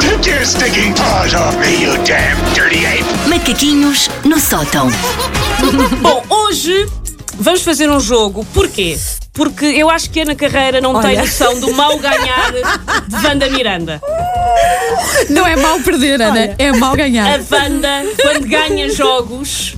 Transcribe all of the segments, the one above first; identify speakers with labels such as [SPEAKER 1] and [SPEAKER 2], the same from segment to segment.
[SPEAKER 1] Take your stinking paws off me, you damn dirty ape!
[SPEAKER 2] Macaquinhos no sótão.
[SPEAKER 3] Bom, hoje vamos fazer um jogo. Porquê? Porque eu acho que Ana Carreira não tem
[SPEAKER 4] Olha.
[SPEAKER 3] noção do mal ganhar de Wanda Miranda.
[SPEAKER 4] Não é mal perder, Ana, é mal
[SPEAKER 3] A
[SPEAKER 4] ganhar.
[SPEAKER 3] Wanda, quando ganha jogos,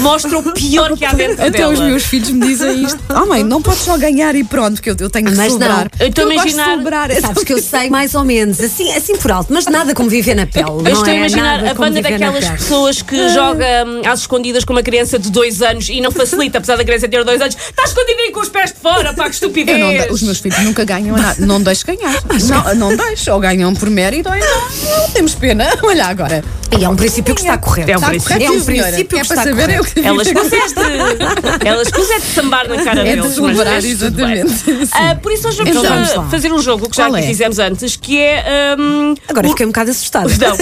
[SPEAKER 3] mostra o pior que há dentro
[SPEAKER 4] Até
[SPEAKER 3] dela.
[SPEAKER 4] os meus filhos me dizem isto. é Oh mãe, não podes só ganhar e pronto, porque eu, eu tenho que
[SPEAKER 5] Mas
[SPEAKER 4] sobrar.
[SPEAKER 5] não.
[SPEAKER 3] Eu estou a
[SPEAKER 4] gosto de
[SPEAKER 3] imaginar-
[SPEAKER 4] sobrar. é
[SPEAKER 5] Sabes
[SPEAKER 4] só-
[SPEAKER 5] que eu sei mais ou menos, assim, assim por alto, mas nada como viver na pele.
[SPEAKER 3] Eu
[SPEAKER 5] não
[SPEAKER 3] estou a
[SPEAKER 5] é?
[SPEAKER 3] imaginar
[SPEAKER 5] Nada
[SPEAKER 3] a
[SPEAKER 5] como
[SPEAKER 3] banda
[SPEAKER 5] viver na
[SPEAKER 3] daquelas
[SPEAKER 5] pele.
[SPEAKER 3] pessoas que joga hum, às escondidas com uma criança de dois anos e não facilita, apesar da criança ter dois anos. Está escondida aí com os pés de fora, pá, que
[SPEAKER 4] Eu
[SPEAKER 3] estupidez.
[SPEAKER 4] não dei- os meus filhos nunca ganham nada. é Não deixo ganhar. Não, não deixo. Ou ganham por mérito ou então não temos pena. Olha agora.
[SPEAKER 5] E é um princípio que está correto.
[SPEAKER 3] É um
[SPEAKER 4] Está
[SPEAKER 3] princípio.
[SPEAKER 4] correto,
[SPEAKER 5] É um
[SPEAKER 4] sim, senhora.
[SPEAKER 5] princípio
[SPEAKER 4] É
[SPEAKER 5] que
[SPEAKER 4] para
[SPEAKER 5] está
[SPEAKER 4] saber é o que
[SPEAKER 3] Elas puseste. Elas puseste sambar na cara
[SPEAKER 4] É
[SPEAKER 3] deles.
[SPEAKER 4] de sobrar,
[SPEAKER 3] mas fez tudo bem.
[SPEAKER 4] exatamente.
[SPEAKER 3] Ah, por isso hoje vamos,
[SPEAKER 4] Então
[SPEAKER 3] ah,
[SPEAKER 4] vamos lá.
[SPEAKER 3] fazer um jogo que já
[SPEAKER 4] Qual
[SPEAKER 3] aqui
[SPEAKER 4] é?
[SPEAKER 3] fizemos antes, que é. hum,
[SPEAKER 5] Agora
[SPEAKER 3] o-
[SPEAKER 5] fiquei um bocado assustada.
[SPEAKER 3] Não.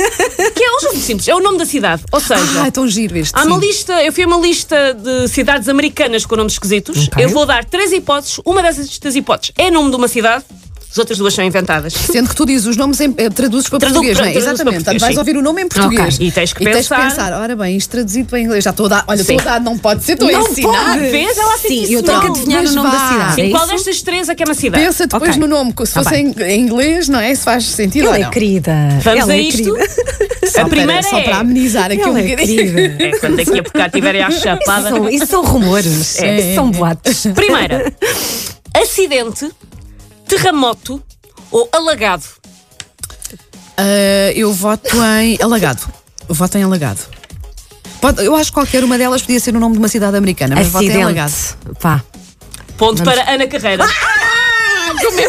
[SPEAKER 3] que é um jogo simples, é o nome da cidade. Ou seja,
[SPEAKER 4] Ah, é tão giro este.
[SPEAKER 3] há uma
[SPEAKER 4] sim.
[SPEAKER 3] lista, eu fui a uma lista de cidades americanas com nomes esquisitos.
[SPEAKER 5] Ok.
[SPEAKER 3] Eu vou dar três hipóteses. Uma dessas hipóteses é nome de uma cidade, as outras duas são inventadas.
[SPEAKER 4] Sendo que tu dizes os nomes, em, eh, traduzes para
[SPEAKER 3] Tradu-
[SPEAKER 4] português, não é?
[SPEAKER 3] traduzes para
[SPEAKER 4] Exatamente. Portanto,
[SPEAKER 3] português,
[SPEAKER 4] vais
[SPEAKER 3] sim.
[SPEAKER 4] ouvir o nome em português.
[SPEAKER 3] E tens que
[SPEAKER 4] que
[SPEAKER 3] pensar-
[SPEAKER 4] pensar, ora bem, isto traduzido para inglês. Já estou a dar. Olha, estou
[SPEAKER 3] Sim.
[SPEAKER 4] a dar, não pode ser, estou a
[SPEAKER 5] Não
[SPEAKER 4] ensinar.
[SPEAKER 5] pode.
[SPEAKER 3] Vês? Ela assim
[SPEAKER 5] Sim,
[SPEAKER 3] disse
[SPEAKER 5] eu tenho
[SPEAKER 3] não.
[SPEAKER 5] que adivinhar
[SPEAKER 4] Mas
[SPEAKER 5] o nome
[SPEAKER 4] vá.
[SPEAKER 5] da cidade.
[SPEAKER 3] Sim,
[SPEAKER 5] é
[SPEAKER 3] qual
[SPEAKER 5] isso?
[SPEAKER 3] destas três é que é uma cidade?
[SPEAKER 4] Ah, Pensa depois
[SPEAKER 5] Ok.
[SPEAKER 4] no nome, se
[SPEAKER 5] Tá
[SPEAKER 4] fosse em, em inglês, não é? Se faz sentido
[SPEAKER 5] Ela
[SPEAKER 4] ou
[SPEAKER 5] é
[SPEAKER 4] não.
[SPEAKER 5] querida.
[SPEAKER 3] Vamos
[SPEAKER 5] Ela
[SPEAKER 3] a
[SPEAKER 5] é
[SPEAKER 3] isto?
[SPEAKER 5] querida.
[SPEAKER 4] Só
[SPEAKER 3] A primeira
[SPEAKER 4] para, Só
[SPEAKER 3] é-
[SPEAKER 4] para amenizar aqui
[SPEAKER 5] Ela
[SPEAKER 4] um
[SPEAKER 5] é
[SPEAKER 4] bocadinho.
[SPEAKER 5] querida.
[SPEAKER 3] É, quando daqui a bocado tiverem à chapada.
[SPEAKER 5] São, isso são rumores.
[SPEAKER 3] É.
[SPEAKER 5] Isso São boatos.
[SPEAKER 3] Primeira, acidente, terremoto ou alagado.
[SPEAKER 4] Ah, eu voto em Alagado. Eu voto em Alagado. Pode- eu acho que qualquer uma delas podia ser o nome de uma cidade americana, mas voto em Alagado.
[SPEAKER 5] Acidente. Pá.
[SPEAKER 3] Ponto para Ana Carreira.
[SPEAKER 4] Como é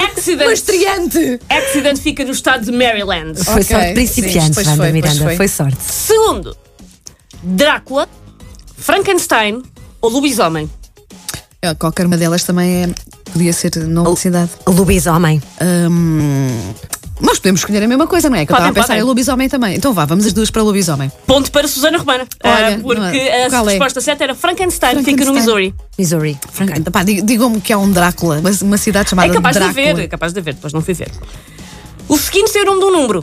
[SPEAKER 3] Accident.
[SPEAKER 4] Um estreante.
[SPEAKER 3] Accident fica no estado de Maryland.
[SPEAKER 5] Foi
[SPEAKER 4] Ok,
[SPEAKER 5] sorte de
[SPEAKER 4] sim,
[SPEAKER 5] principiantes,
[SPEAKER 4] pois
[SPEAKER 5] Wanda
[SPEAKER 4] foi, pois
[SPEAKER 5] Miranda.
[SPEAKER 4] foi.
[SPEAKER 5] Foi sorte.
[SPEAKER 3] Segundo, Drácula, Frankenstein ou Lobisomem.
[SPEAKER 4] Ah, Qualquer uma delas também é, podia ser nome de cidade.
[SPEAKER 5] Lobisomem.
[SPEAKER 4] Hum, nós podemos escolher a mesma coisa, não é? Que eu
[SPEAKER 3] Podem,
[SPEAKER 4] estava a pensar
[SPEAKER 3] podem.
[SPEAKER 4] em lobisomem também. Então vá, vamos as duas para lobisomem.
[SPEAKER 3] Ponto para Susana Romana.
[SPEAKER 4] Olha,
[SPEAKER 3] Ah, porque
[SPEAKER 4] não-
[SPEAKER 3] a
[SPEAKER 4] qual é?
[SPEAKER 3] resposta certa era Frankenstein, fica no
[SPEAKER 4] Frankenstein.
[SPEAKER 3] Missouri.
[SPEAKER 5] Missouri.
[SPEAKER 4] Frank- pá, di- Digam-me que há um Drácula, uma, uma cidade chamada
[SPEAKER 3] É capaz de
[SPEAKER 4] Drácula.
[SPEAKER 3] haver, é capaz de haver, depois não fui ver. O seguinte tem o nome de um número.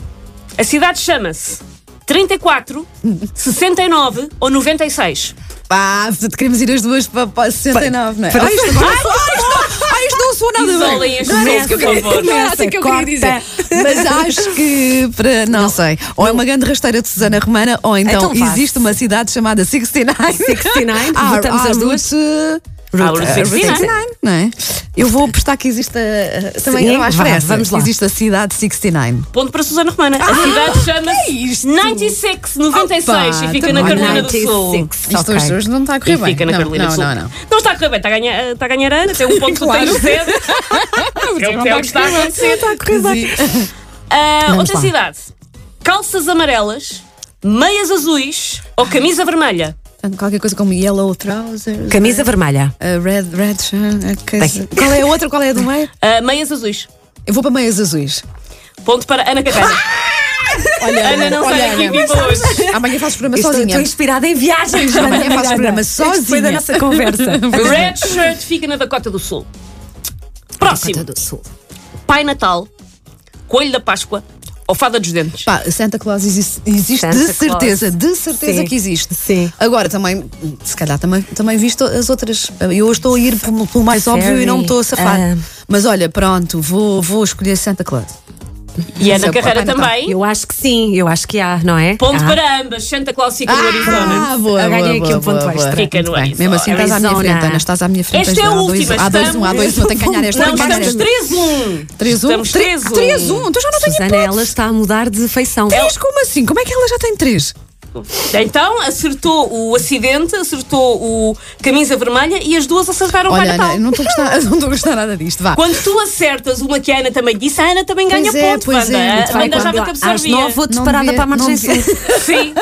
[SPEAKER 3] A cidade chama-se 34, 69 ou 96.
[SPEAKER 4] Pá, queremos ir as duas para, para 69, não é?
[SPEAKER 5] para-
[SPEAKER 4] Ai, isto, agora- ai, isto, ai, isto não soou nada
[SPEAKER 3] Isolem
[SPEAKER 4] bem.
[SPEAKER 3] este
[SPEAKER 4] Não era
[SPEAKER 3] momento,
[SPEAKER 4] isso que eu
[SPEAKER 3] por
[SPEAKER 4] queria,
[SPEAKER 3] favor.
[SPEAKER 4] não era isso que eu queria dizer.
[SPEAKER 5] Corta.
[SPEAKER 4] Mas acho que, para, não, sei, ou é uma grande rasteira de Susana Romana, ou então,
[SPEAKER 5] Então vá.
[SPEAKER 4] existe uma cidade chamada 69.
[SPEAKER 5] 69,
[SPEAKER 4] Ah,
[SPEAKER 5] votamos
[SPEAKER 4] ah,
[SPEAKER 5] as duas.
[SPEAKER 4] Route,
[SPEAKER 3] Ah, Route
[SPEAKER 4] ah,
[SPEAKER 3] 69.
[SPEAKER 4] não é? Eu vou apostar que existe a, a- também
[SPEAKER 5] Sim,
[SPEAKER 4] eu acho
[SPEAKER 5] vá,
[SPEAKER 4] que é essa.
[SPEAKER 5] vamos lá.
[SPEAKER 4] Existe a cidade 69.
[SPEAKER 3] Ponto para Susana Romana. A cidade chama-se
[SPEAKER 4] isto?
[SPEAKER 3] 96, 96 e
[SPEAKER 4] Opa,
[SPEAKER 5] então
[SPEAKER 3] fica na
[SPEAKER 5] é
[SPEAKER 4] também
[SPEAKER 3] Carolina do Sul.
[SPEAKER 5] 96.
[SPEAKER 4] Isto
[SPEAKER 5] Ok.
[SPEAKER 4] hoje, hoje não está a correr
[SPEAKER 3] E
[SPEAKER 4] bem.
[SPEAKER 3] fica na
[SPEAKER 4] não,
[SPEAKER 3] Carolina
[SPEAKER 4] não,
[SPEAKER 3] do Sul.
[SPEAKER 4] não, não.
[SPEAKER 3] Não está a correr bem, está a ganhar, está a, ganhar a Ana, tem um ponto
[SPEAKER 4] Claro.
[SPEAKER 3] que tem o Zé. É o que é o que está a acontecer.
[SPEAKER 4] Está a correr bem.
[SPEAKER 3] Ah,
[SPEAKER 5] Vamos
[SPEAKER 3] outra
[SPEAKER 5] lá.
[SPEAKER 3] cidade. Calças amarelas, meias azuis ou camisa vermelha.
[SPEAKER 4] Portanto, Qualquer coisa como yellow trousers.
[SPEAKER 5] Camisa vermelha.
[SPEAKER 4] A red, red shirt. a coisa-
[SPEAKER 5] Bem.
[SPEAKER 4] Qual é a outra? Qual é a do meio?
[SPEAKER 3] Ah, meias azuis.
[SPEAKER 4] Eu vou para meias azuis.
[SPEAKER 3] Ponto para Ana Carreira.
[SPEAKER 4] Olha,
[SPEAKER 3] Ana não sai daqui
[SPEAKER 4] Ana.
[SPEAKER 3] viva hoje.
[SPEAKER 4] Amanhã fazes programa
[SPEAKER 5] Estou, estou
[SPEAKER 4] sozinha.
[SPEAKER 5] inspirada em viagens. Wanda
[SPEAKER 4] Amanhã faço
[SPEAKER 5] Miranda.
[SPEAKER 4] programa
[SPEAKER 5] Isto Foi
[SPEAKER 4] sozinha.
[SPEAKER 5] da nossa conversa.
[SPEAKER 4] assim-
[SPEAKER 3] Red Shirt fica na Dakota do Sul. Próximo.
[SPEAKER 5] Dakota do Sul.
[SPEAKER 3] Pai Natal, Coelho da Páscoa ou Fada dos Dentes.
[SPEAKER 4] Pá, Santa Claus existe, existe
[SPEAKER 5] Santa
[SPEAKER 4] de certeza, de certeza
[SPEAKER 5] Sim.
[SPEAKER 4] que existe.
[SPEAKER 5] Sim.
[SPEAKER 4] Agora, também, se calhar também, também visto as outras. Eu hoje estou a ir pelo, pelo mais
[SPEAKER 5] Fairy,
[SPEAKER 4] óbvio e não me estou a safar.
[SPEAKER 5] ah.
[SPEAKER 4] Mas olha, pronto, vou, vou escolher Santa Claus.
[SPEAKER 3] E
[SPEAKER 4] Isso é
[SPEAKER 3] Ana
[SPEAKER 4] o
[SPEAKER 3] Carreira
[SPEAKER 4] Papai Natal.
[SPEAKER 3] também.
[SPEAKER 5] Eu acho que sim, eu acho que há, não é?
[SPEAKER 3] Ponto
[SPEAKER 5] Há.
[SPEAKER 3] para ambas. Santa Claus fica no Arizona.
[SPEAKER 4] Ah, boa, boa,
[SPEAKER 5] Eu ganhei aqui
[SPEAKER 4] boa,
[SPEAKER 5] um ponto
[SPEAKER 4] boa, boa.
[SPEAKER 5] extra.
[SPEAKER 3] Fica no
[SPEAKER 4] Bem,
[SPEAKER 3] Arizona.
[SPEAKER 4] mesmo assim estás à minha
[SPEAKER 5] Arizona.
[SPEAKER 4] frente, Ana, estás à minha frente.
[SPEAKER 3] Esta
[SPEAKER 4] tens
[SPEAKER 3] é a
[SPEAKER 4] de- há dois-
[SPEAKER 3] última,
[SPEAKER 4] Há dois, um, há
[SPEAKER 3] estamos-
[SPEAKER 4] dois, um, eu tenho que ganhar esta.
[SPEAKER 3] Não,
[SPEAKER 4] tenho que ganhar
[SPEAKER 3] estamos
[SPEAKER 4] esta.
[SPEAKER 3] 3-1.
[SPEAKER 4] 3-1?
[SPEAKER 3] Estamos 3-1.
[SPEAKER 4] 3-1, tu já não tenho
[SPEAKER 5] Susana, ela
[SPEAKER 4] hipótese.
[SPEAKER 5] está a mudar de feição.
[SPEAKER 4] Três, como assim? Como é que ela já tem três?
[SPEAKER 3] Então, acertou o acidente, acertou o camisa vermelha e as duas acertaram para
[SPEAKER 4] Olha,
[SPEAKER 3] Natal.
[SPEAKER 5] então.
[SPEAKER 4] Ana, eu não estou a gostar- não estou a gostar nada disto, vá.
[SPEAKER 3] Quando tu acertas uma que a Ana também disse, a Ana também ganha
[SPEAKER 4] Pois é,
[SPEAKER 3] ponto,
[SPEAKER 4] pois
[SPEAKER 3] Wanda.
[SPEAKER 4] é, muito
[SPEAKER 3] a
[SPEAKER 4] bem.
[SPEAKER 3] Wanda já
[SPEAKER 5] Quando
[SPEAKER 3] vai te
[SPEAKER 5] às
[SPEAKER 3] absorver.
[SPEAKER 5] nove vou
[SPEAKER 4] Não
[SPEAKER 5] disparada
[SPEAKER 4] devia-
[SPEAKER 5] para a margem
[SPEAKER 4] não devia-
[SPEAKER 5] sul.
[SPEAKER 3] Sim.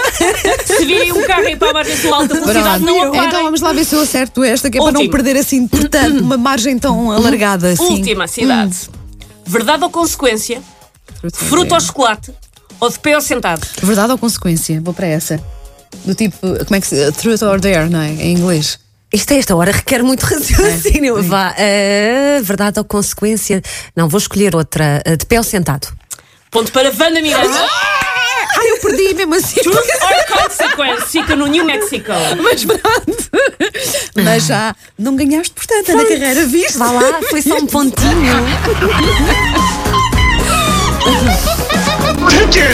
[SPEAKER 3] Se virem um carro aí para a margem sul alta velocidade,
[SPEAKER 4] Pronto.
[SPEAKER 3] não aparem.
[SPEAKER 4] Então vamos lá ver se eu acerto esta, que é para não
[SPEAKER 3] Último.
[SPEAKER 4] perder assim portanto, uma margem tão alargada assim. hum.
[SPEAKER 3] Última cidade. Verdade ou consequência? Fruto ou chocolate? Ou de pé ou sentado?
[SPEAKER 4] uh, Verdade ou consequência? Vou para essa. Do tipo, como é que se. Truth or dare, não é? Em inglês.
[SPEAKER 5] Isto a esta hora requer muito raciocínio. Vá, ah, verdade ou consequência? Não, vou escolher outra. ah, de pé ou sentado?
[SPEAKER 3] Ponto para Wanda Miranda. é
[SPEAKER 4] Ah, eu perdi mesmo assim.
[SPEAKER 3] Truth or Consequence fica no New Mexico.
[SPEAKER 4] Mas pronto. Mas já não ganhaste, portanto, na carreira, viste?
[SPEAKER 5] Vá lá, foi só um pontinho.
[SPEAKER 1] Take your